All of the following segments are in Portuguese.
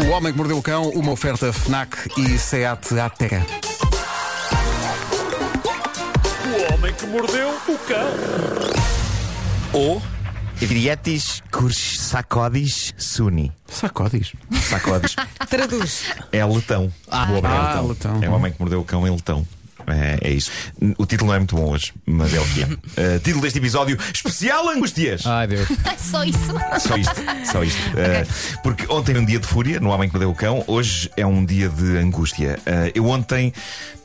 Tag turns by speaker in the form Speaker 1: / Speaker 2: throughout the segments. Speaker 1: O Homem que Mordeu o Cão, uma oferta FNAC e SEAT Ateca.
Speaker 2: O homem que mordeu o cão.
Speaker 3: Ou Vrietis Kurs Sakodis Suni.
Speaker 1: Sacodes.
Speaker 3: Sakodis.
Speaker 4: Traduz.
Speaker 3: é letão. O homem
Speaker 1: ah, letão.
Speaker 3: É o homem que mordeu o cão em letão. É, é isso. O título não é muito bom hoje, mas é o que é. Uh, título deste episódio: Especial Angustias.
Speaker 5: Ai Deus.
Speaker 6: Só isso.
Speaker 3: Só isto, só isto. Uh, porque ontem era um dia de fúria no Homem que Mordeu o Cão, hoje é um dia de angústia. Uh, eu ontem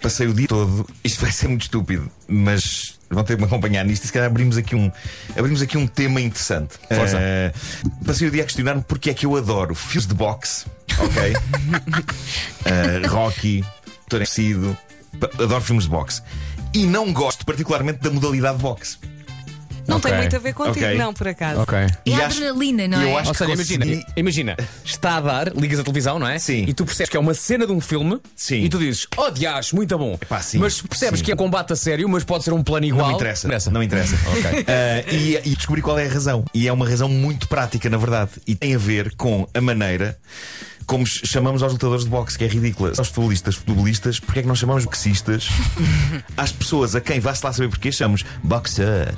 Speaker 3: passei o dia todo, isto vai ser muito estúpido, mas vão ter que me acompanhar nisto e se calhar abrimos aqui um, abrimos aqui um tema interessante.
Speaker 5: Força.
Speaker 3: Uh, passei o dia a questionar-me porque é que eu adoro fios de boxe, ok? uh, Rocky, Torecido, adoro filmes de boxe. E não gosto particularmente da modalidade de boxe.
Speaker 4: Não
Speaker 5: Ok,
Speaker 4: tem muito a ver contigo,
Speaker 3: ok.
Speaker 4: não, por acaso.
Speaker 5: Ok.
Speaker 6: É
Speaker 3: E
Speaker 6: a
Speaker 3: acho-
Speaker 6: adrenalina, não
Speaker 3: e eu
Speaker 6: é?
Speaker 3: acho
Speaker 5: Ou
Speaker 3: que
Speaker 5: seja, imagina,
Speaker 3: consegui-
Speaker 5: imagina, está a dar, ligas a televisão, não é?
Speaker 3: Sim.
Speaker 5: E tu percebes que é uma cena de um filme
Speaker 3: Sim.
Speaker 5: e tu dizes, oh diás, muito bom.
Speaker 3: Epá, sim.
Speaker 5: Mas percebes
Speaker 3: Sim.
Speaker 5: que é combate a sério, mas pode ser um plano igual.
Speaker 3: Não me interessa. Não me interessa. Ah, e, e descobri qual é a razão. E é uma razão muito prática, na verdade. E tem a ver com a maneira como ch- chamamos aos lutadores de boxe, que é ridícula. Aos futebolistas, futebolistas, porque é que nós chamamos boxistas às pessoas a quem vá-se lá saber porquê chamamos boxer?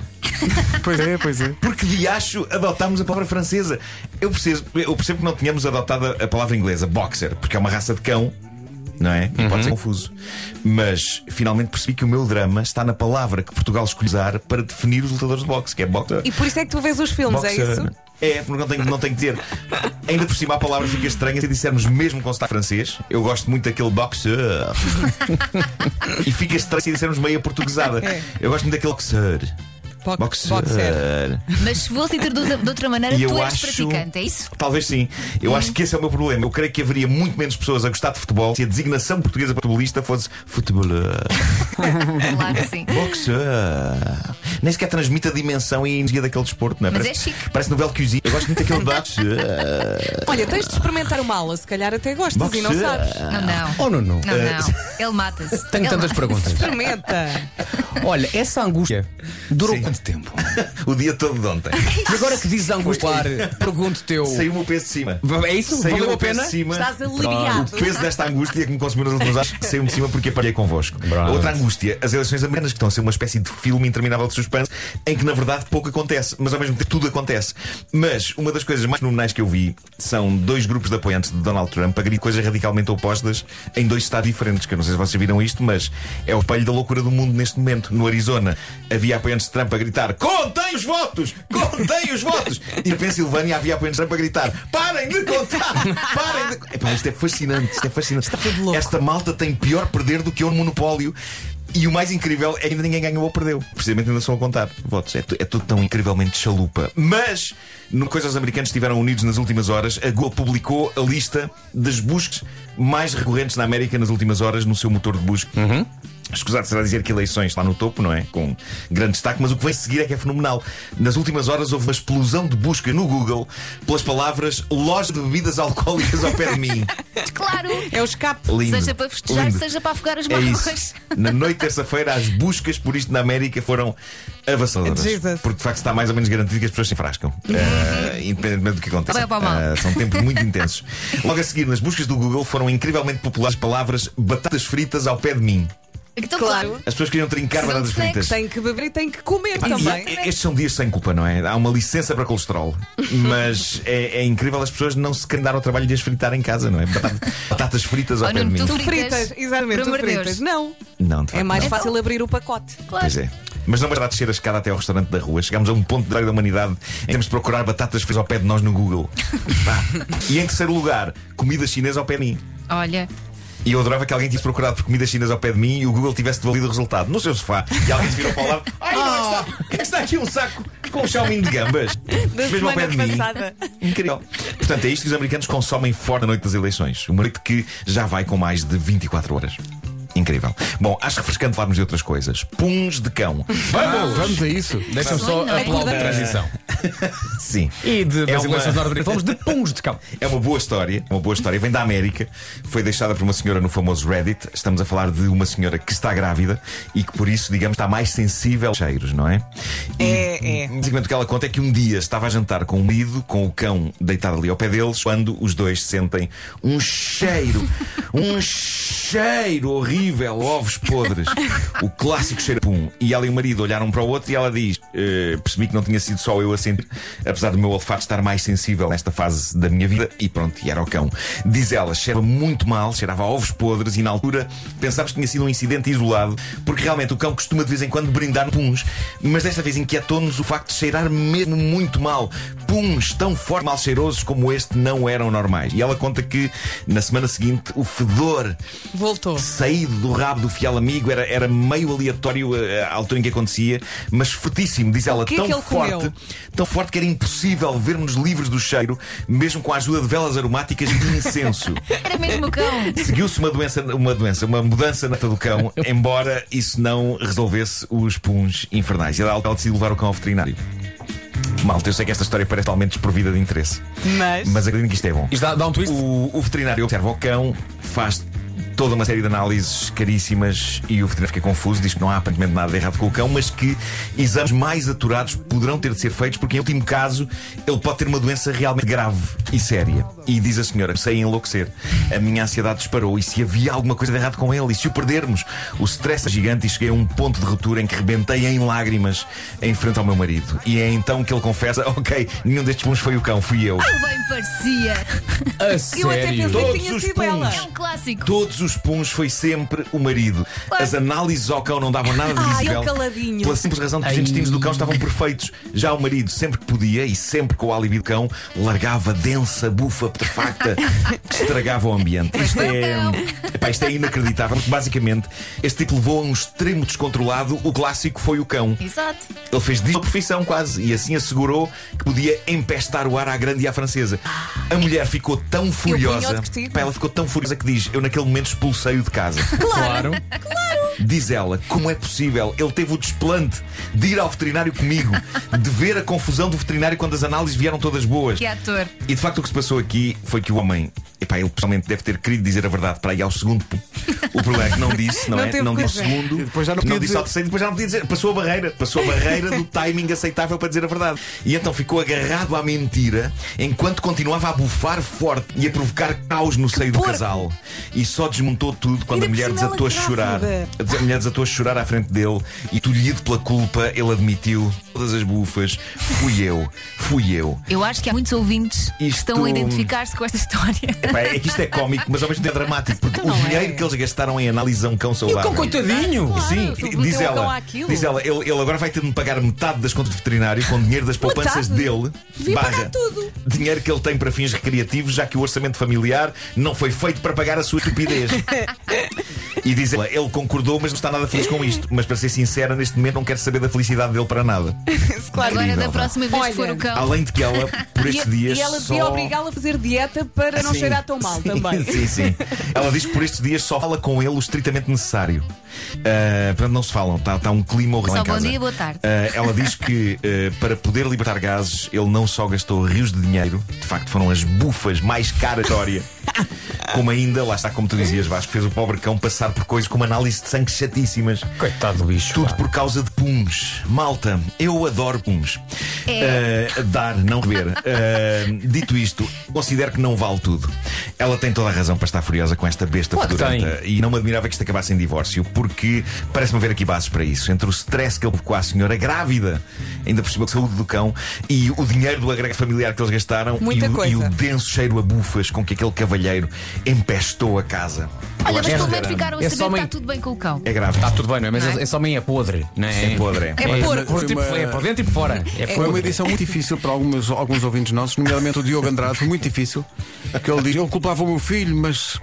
Speaker 1: Pois é, pois é.
Speaker 3: Porque de acho adotámos a palavra francesa. Eu percebo, eu percebo que não tínhamos adotado a- a palavra inglesa, boxer, porque é uma raça de cão, não é? E pode ser confuso. Mas finalmente percebi que o meu drama está na palavra que Portugal escolheu usar para definir os lutadores de boxe, que é boxer.
Speaker 4: E por isso é que tu vês os filmes,
Speaker 3: boxer.
Speaker 4: é isso?
Speaker 3: É, porque não tem, não tem que dizer. Ainda por cima a palavra fica estranha se dissermos mesmo com sotaque francês. Eu gosto muito daquele boxer. e fica estranho se dissermos meio aportuguesada.
Speaker 4: É.
Speaker 3: Eu gosto muito daquele boxer.
Speaker 4: Box-
Speaker 3: Boxer.
Speaker 4: boxer.
Speaker 6: Mas se fosse introduzida de outra maneira,
Speaker 3: E eu
Speaker 6: tu és
Speaker 3: acho-
Speaker 6: praticante, é isso?
Speaker 3: Talvez sim. Eu acho que esse é o meu problema. Eu creio que haveria muito menos pessoas a gostar de futebol se a designação portuguesa para futebolista fosse futeboleur, Uhum.
Speaker 6: Claro que sim.
Speaker 3: boxer. Nem sequer transmite a dimensão e a energia daquele desporto, não é?
Speaker 6: Mas
Speaker 3: parece,
Speaker 6: é chique.
Speaker 3: Parece novela que Eu gosto muito daquele eh, boxer.
Speaker 4: Olha, tens de experimentar uma aula, se calhar até gostas e não
Speaker 3: Boxer.
Speaker 4: sabes.
Speaker 6: Não,
Speaker 3: Ah,
Speaker 6: não.
Speaker 5: Oh, não, não.
Speaker 6: Não,
Speaker 3: Eh,
Speaker 6: não. Ele mata-se.
Speaker 5: Tenho
Speaker 6: Ele
Speaker 5: tantas
Speaker 6: mata-se.
Speaker 5: perguntas.
Speaker 4: Experimenta.
Speaker 5: Olha, essa angústia durou
Speaker 3: Sim.
Speaker 5: quanto tempo?
Speaker 3: O dia todo de ontem.
Speaker 5: E agora que dizes angustiar, pergunto-te eu.
Speaker 3: Saiu-me o peso de cima.
Speaker 5: É isso?
Speaker 3: Saiu-me
Speaker 5: Valeu
Speaker 3: o
Speaker 5: a
Speaker 3: peso
Speaker 5: pena?
Speaker 3: de cima.
Speaker 4: Estás aliviado.
Speaker 3: O peso desta angústia que me consumiu nas últimas horas saiu-me de cima porque aparei convosco.
Speaker 5: Bravo.
Speaker 3: Outra angústia, as eleições americanas, que estão a ser uma espécie de filme interminável de suspense, em que na verdade pouco acontece, mas ao mesmo tempo tudo acontece. Mas uma das coisas mais fenomenais que eu vi são dois grupos de apoiantes de Donald Trump a gritar coisas radicalmente opostas em dois estados diferentes, que eu não sei se vocês viram isto, mas é o espelho da loucura do mundo neste momento. No Arizona havia apoiantes de Trump a gritar: contem os votos! Contem os votos! E na Pensilvânia havia apoiantes de Trump a gritar: parem de contar! Parem de. Epá, isto é fascinante, isto é fascinante. Esta malta tem pior perder do que eu no monopólio. E o mais incrível é que ainda ninguém ganhou ou perdeu. Precisamente ainda estão a contar votos. É, tu- é tudo tão incrivelmente chalupa. Mas, numa coisa os americanos estiveram unidos nas últimas horas, a Google publicou a lista das buscas mais recorrentes na América nas últimas horas no seu motor de busca. Escusado será dizer que eleições está no topo, não é? Com grande destaque, mas o que vem seguir é que é fenomenal. Nas últimas horas houve uma explosão de busca no Google pelas palavras loja de bebidas alcoólicas ao pé de mim.
Speaker 6: Claro.
Speaker 4: É o escape.
Speaker 3: Lindo.
Speaker 6: Seja para festejar,
Speaker 3: lindo.
Speaker 6: seja para afogar as
Speaker 3: É isso.
Speaker 6: barrocas.
Speaker 3: Na noite de terça-feira, as buscas por isto na América foram avassaladoras.
Speaker 4: Jesus.
Speaker 3: Porque de facto está mais ou menos garantido que as pessoas se enfrascam. Eh, independentemente do que aconteça.
Speaker 6: Ou é Uhum. para o mal.
Speaker 3: Eh, são tempos muito intensos. Logo a seguir, nas buscas do Google foram incrivelmente populares palavras batatas fritas ao pé de mim.
Speaker 6: Então,
Speaker 4: Claro.
Speaker 3: As pessoas queriam trincar
Speaker 6: São
Speaker 3: batatas
Speaker 6: snacks.
Speaker 3: fritas.
Speaker 4: Tem que beber e tem que comer
Speaker 3: E
Speaker 4: também.
Speaker 3: e- estes são dias sem culpa, não é? Há uma licença para colesterol. Mas é, é incrível as pessoas não se querem dar ao trabalho de as fritar em casa, não é? Batata- Batatas fritas ao
Speaker 6: Oh,
Speaker 3: pé de
Speaker 6: Nuno,
Speaker 3: mim.
Speaker 6: tu
Speaker 4: Tu fritas,
Speaker 6: Fritas,
Speaker 4: exatamente,
Speaker 6: por
Speaker 4: tu
Speaker 6: amor de
Speaker 4: fritas.
Speaker 6: Deus.
Speaker 4: Não.
Speaker 3: Não, de
Speaker 4: É
Speaker 3: facto,
Speaker 4: mais
Speaker 3: não.
Speaker 4: fácil abrir o pacote.
Speaker 6: claro.
Speaker 3: Pois é. Mas não basta descer a escada até ao restaurante da rua. Chegámos a um ponto de drag da humanidade
Speaker 4: É.
Speaker 3: em que temos de procurar batatas fritas ao pé de nós no Google. Pá. e em terceiro lugar, comida chinesa ao pé de mim.
Speaker 6: Olha,
Speaker 3: E eu adorava que alguém tivesse procurado por comida chinesa ao pé de mim e o Google tivesse devalido o resultado no seu sofá. E alguém se virou para o lado: Ai, não, é que está, é que está aqui um saco com um chauminho de gambas.
Speaker 4: Oh. Da
Speaker 3: Mesmo ao pé de
Speaker 4: semana
Speaker 3: mim.
Speaker 4: passada.
Speaker 3: Incrível. Portanto, é Um isto que os americanos consomem fora da noite das eleições. Uma noite que já vai com mais de 24 horas. Incrível. Bom, acho refrescante falarmos de outras coisas. Puns de cão.
Speaker 1: Vamos! vamos a isso.
Speaker 5: Deixa-me só
Speaker 6: Sonho, não é?
Speaker 5: aplaudir a transição.
Speaker 3: Sim. É
Speaker 5: E de, das
Speaker 3: uma-
Speaker 5: eleições norte-americanas. Falamos de punhos de cão.
Speaker 3: É uma boa história, é uma boa história. Vem da América, foi deixada por uma senhora no famoso Reddit. Estamos a falar de uma senhora que está grávida e que por isso, digamos, está mais sensível aos cheiros, não é? E,
Speaker 4: É, é.
Speaker 3: Basicamente o que ela conta é que um dia estava a jantar com o marido, com o cão deitado ali ao pé deles, quando os dois sentem um cheiro, um cheiro horrível, ovos podres, o clássico cheiro a pum. E ela e o marido olharam um para o outro e ela diz: "Eh, percebi que não tinha sido só eu a sentir, apesar do meu olfato estar mais sensível nesta fase da minha vida. E pronto, e era o cão. Diz ela: cheirava muito mal, cheirava a ovos podres e na altura pensámos que tinha sido um incidente isolado, porque realmente o cão costuma de vez em quando brindar puns, mas desta vez inquietou-nos o facto de cheirar mesmo muito mal. Puns tão fortes, mal cheirosos como este não eram normais. E ela conta que na semana seguinte o fedor
Speaker 4: Voltou.
Speaker 3: saído do rabo do fiel amigo era, era meio aleatório eh, a altura em que acontecia, mas fortíssimo, diz ela,
Speaker 4: que é
Speaker 3: tão
Speaker 4: que ele
Speaker 3: forte,
Speaker 4: comeu?
Speaker 3: tão forte que era impossível vermos livres do cheiro, mesmo com a ajuda de velas aromáticas e incenso.
Speaker 6: Era mesmo o cão.
Speaker 3: Seguiu-se uma doença, uma doença, uma mudança na do cão, embora isso não resolvesse os puns infernais. E ela ela decidiu levar o cão ao veterinário. Malta, eu sei que esta história parece totalmente desprovida de interesse,
Speaker 4: Mas.
Speaker 3: mas acredito que isto é bom.
Speaker 5: Isto dá, dá um twist.
Speaker 3: O, o veterinário observa o cão, faz toda uma série de análises caríssimas e o veterinário fica confuso, diz que não há aparentemente nada de errado com o cão, mas que exames mais aturados poderão ter de ser feitos, porque em último caso ele pode ter uma doença realmente grave e séria. E diz a senhora: sei enlouquecer, a minha ansiedade disparou e se havia alguma coisa de errado com ele, e se o perdermos, o stress é gigante e cheguei a um ponto de ruptura em que rebentei em lágrimas em frente ao meu marido. E é então que ele confessa: ok, nenhum destes puns foi o cão, fui eu.
Speaker 6: Tudo bem parecia.
Speaker 5: A
Speaker 4: Eu até
Speaker 5: sério.
Speaker 4: pensei que
Speaker 3: Todos
Speaker 4: tinha
Speaker 3: os
Speaker 4: sido
Speaker 3: puns.
Speaker 4: ela.
Speaker 6: É um clássico.
Speaker 3: Todos os puns foi sempre o marido.
Speaker 6: Claro.
Speaker 3: As análises ao cão não davam nada de
Speaker 4: Ai,
Speaker 3: visível.
Speaker 4: ele caladinho.
Speaker 3: Pela simples razão de que os
Speaker 5: Ai.
Speaker 3: intestinos do cão estavam perfeitos. Já o marido, sempre que podia e sempre com o álibi do cão, largava densa bufa petrefacta que estragava o ambiente. Isto é, epá, isto é inacreditável. Mas, Basicamente, este tipo levou a um extremo descontrolado. O clássico foi o cão.
Speaker 6: Exato.
Speaker 3: Ele fez disso uma profissão quase e assim assegurou que podia empestar o ar à grande e à francesa. A mulher ficou tão furiosa.
Speaker 4: punho de castigo.
Speaker 3: Pá, ela ficou tão furiosa que diz: Eu naquele momento expulsei-o de casa.
Speaker 5: Claro.
Speaker 3: Diz ela: Como é possível? Ele teve o desplante de ir ao veterinário comigo, de ver a confusão do veterinário quando as análises vieram todas boas.
Speaker 6: Que é ator.
Speaker 3: E de facto o que se passou aqui foi que o homem, epá, ele pessoalmente deve ter querido dizer a verdade para ir ao segundo. ponto. O problema é que não disse, não,
Speaker 4: Não
Speaker 3: é?
Speaker 4: teve
Speaker 3: Não disse
Speaker 4: coragem.
Speaker 3: segundo,
Speaker 1: E depois já não podia
Speaker 3: disse
Speaker 1: dizer.
Speaker 3: ao terceiro, depois já não podia dizer. Passou a barreira, passou a barreira do timing aceitável para dizer a verdade. E então ficou agarrado à mentira enquanto continuava a bufar forte e a provocar caos no seio do
Speaker 4: porco!
Speaker 3: casal. E só desmontou tudo quando a
Speaker 4: Ainda
Speaker 3: mulher
Speaker 4: por cima
Speaker 3: desatou a
Speaker 4: ela
Speaker 3: chorar.
Speaker 4: grávida.
Speaker 3: A mulher desatou a chorar à frente dele e, tolhido pela culpa, ele admitiu todas as bufas: fui eu, fui eu.
Speaker 6: Eu acho que há muitos ouvintes que
Speaker 3: Isto-
Speaker 6: estão a identificar-se com esta história.
Speaker 3: Pá, é que isto é cómico, mas ao mesmo tempo é dramático, porque
Speaker 4: Então
Speaker 3: o
Speaker 4: não é.
Speaker 3: dinheiro que eles gastaram em analisar um cão
Speaker 5: E o
Speaker 3: saudável.
Speaker 5: cão coitadinho.
Speaker 3: Sim,
Speaker 4: Claro,
Speaker 3: diz
Speaker 4: meteu o cão
Speaker 3: ela,
Speaker 4: àquilo.
Speaker 3: diz ela ele, ele agora vai ter de me pagar metade das contas do veterinário com dinheiro das poupanças
Speaker 4: Metade?
Speaker 3: dele.
Speaker 4: Devia pagar tudo.
Speaker 3: Dinheiro que ele tem para fins recreativos, já que o orçamento familiar não foi feito para pagar a sua estupidez. e diz ela, ele concordou, mas não está nada feliz com isto. Mas para ser sincera, neste momento não quero saber da felicidade dele para nada.
Speaker 4: claro.
Speaker 6: Agora,
Speaker 3: Incrível,
Speaker 6: da próxima vez que
Speaker 4: Olha.
Speaker 6: for o cão,
Speaker 3: Além de que ela, por estes
Speaker 4: E,
Speaker 3: dias.
Speaker 4: e ela devia
Speaker 3: só...
Speaker 4: obrigá-la a fazer dieta para não
Speaker 3: Sim,
Speaker 4: cheirar tão mal
Speaker 3: sim,
Speaker 4: também.
Speaker 3: Sim, sim. Ela diz que por estes dias só fala com ele o estritamente necessário. Ah, portanto, não se falam, está tá um clima horrível.
Speaker 6: Só
Speaker 3: em
Speaker 6: bom
Speaker 3: casa.
Speaker 6: dia, boa tarde.
Speaker 3: Ah, ela diz que ah, para poder libertar gases, ele não só gastou rios de dinheiro, de facto foram as bufas mais caras da história. Como ainda, lá está, como tu dizias, Vasco, fez o pobre cão passar por coisas como análise de sangue chatíssimas.
Speaker 5: Coitado do bicho.
Speaker 3: Tudo
Speaker 5: pá.
Speaker 3: por causa de puns. Malta, eu adoro puns.
Speaker 6: É.
Speaker 3: Ah, dar, não beber. Ah, dito isto, considero que não vale tudo. Ela tem toda a razão para estar furiosa com esta besta
Speaker 5: Claro que
Speaker 3: fedorenta. E não me admirava que isto acabasse em divórcio, porque parece-me haver aqui bases para isso. Entre o stress que ele provocou à senhora grávida, ainda por cima a saúde do cão, e o dinheiro do agrego familiar que eles gastaram,
Speaker 4: Muita
Speaker 3: e, o, e
Speaker 4: coisa.
Speaker 3: o denso cheiro a bufas com que aquele cavalheiro empestou a casa. Eu
Speaker 6: olha,
Speaker 3: acho que
Speaker 6: mas pelo
Speaker 3: é
Speaker 6: menos
Speaker 3: grave.
Speaker 6: ficaram a
Speaker 5: Esse
Speaker 6: saber que
Speaker 5: homem-
Speaker 6: está tudo bem com o cão.
Speaker 3: É grave.
Speaker 5: Está tudo bem, não é? Mas
Speaker 6: Não é?
Speaker 5: esse homem é podre, não é?
Speaker 3: É podre. É
Speaker 4: porco.
Speaker 5: por- tipo,
Speaker 1: Foi uma-
Speaker 5: é por dentro e por fora. É
Speaker 1: Foi uma
Speaker 5: podre.
Speaker 1: edição muito difícil para algumas, alguns ouvintes nossos, nomeadamente o Diogo Andrade, foi muito difícil. Que ele diz: Eu culpava o meu filho, mas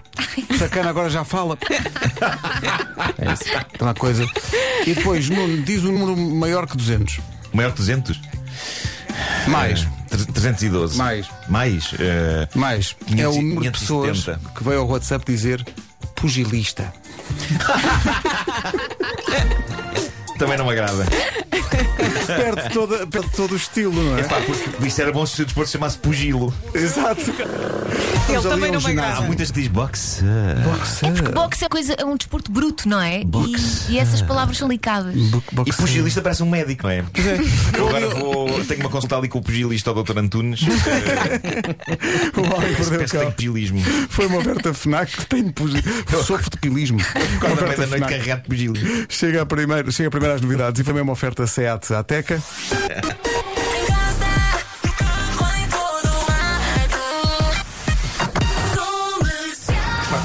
Speaker 1: sacana agora já fala.
Speaker 5: É isso.
Speaker 1: Então há coisa. E depois Nuno, diz um número maior que 200.
Speaker 3: Maior que 200?
Speaker 1: Mais.
Speaker 5: É.
Speaker 3: É, Tre- 312.
Speaker 1: Mais.
Speaker 3: Mais. eh,
Speaker 1: Mais. É o número de
Speaker 3: 570.
Speaker 1: pessoas que veio ao WhatsApp dizer pugilista.
Speaker 3: Também não me agrada.
Speaker 1: Perde, toda, perde todo o estilo, não é?
Speaker 3: Pá, porque isto era bom se o desporto se chamasse pugilo.
Speaker 1: Exato.
Speaker 4: Ele
Speaker 1: ali
Speaker 4: também
Speaker 1: a um
Speaker 4: não
Speaker 1: ginásio.
Speaker 4: vai
Speaker 3: Há
Speaker 4: graça.
Speaker 3: muita gente que diz boxer.
Speaker 1: eh,
Speaker 6: Porque boxe é, coisa, é um desporto bruto, não é?
Speaker 3: Boxe.
Speaker 6: E, e essas palavras são ligadas.
Speaker 3: E pugilista parece um médico, não é? Eu agora vou, tenho uma consulta ali com o pugilista, o Dr. Antunes.
Speaker 1: O homem
Speaker 3: Parece
Speaker 1: perdeu o
Speaker 3: que tem
Speaker 1: cão.
Speaker 3: pugilismo.
Speaker 1: Foi uma oferta FNAC que tem pugi- sofre de pilismo.
Speaker 3: Acorda à
Speaker 1: Oferta
Speaker 3: meia da noite
Speaker 1: FNAC.
Speaker 3: carregado de pugilismo.
Speaker 1: Chega primeiro, chega primeiro às novidades e também uma oferta SEAT à Teca.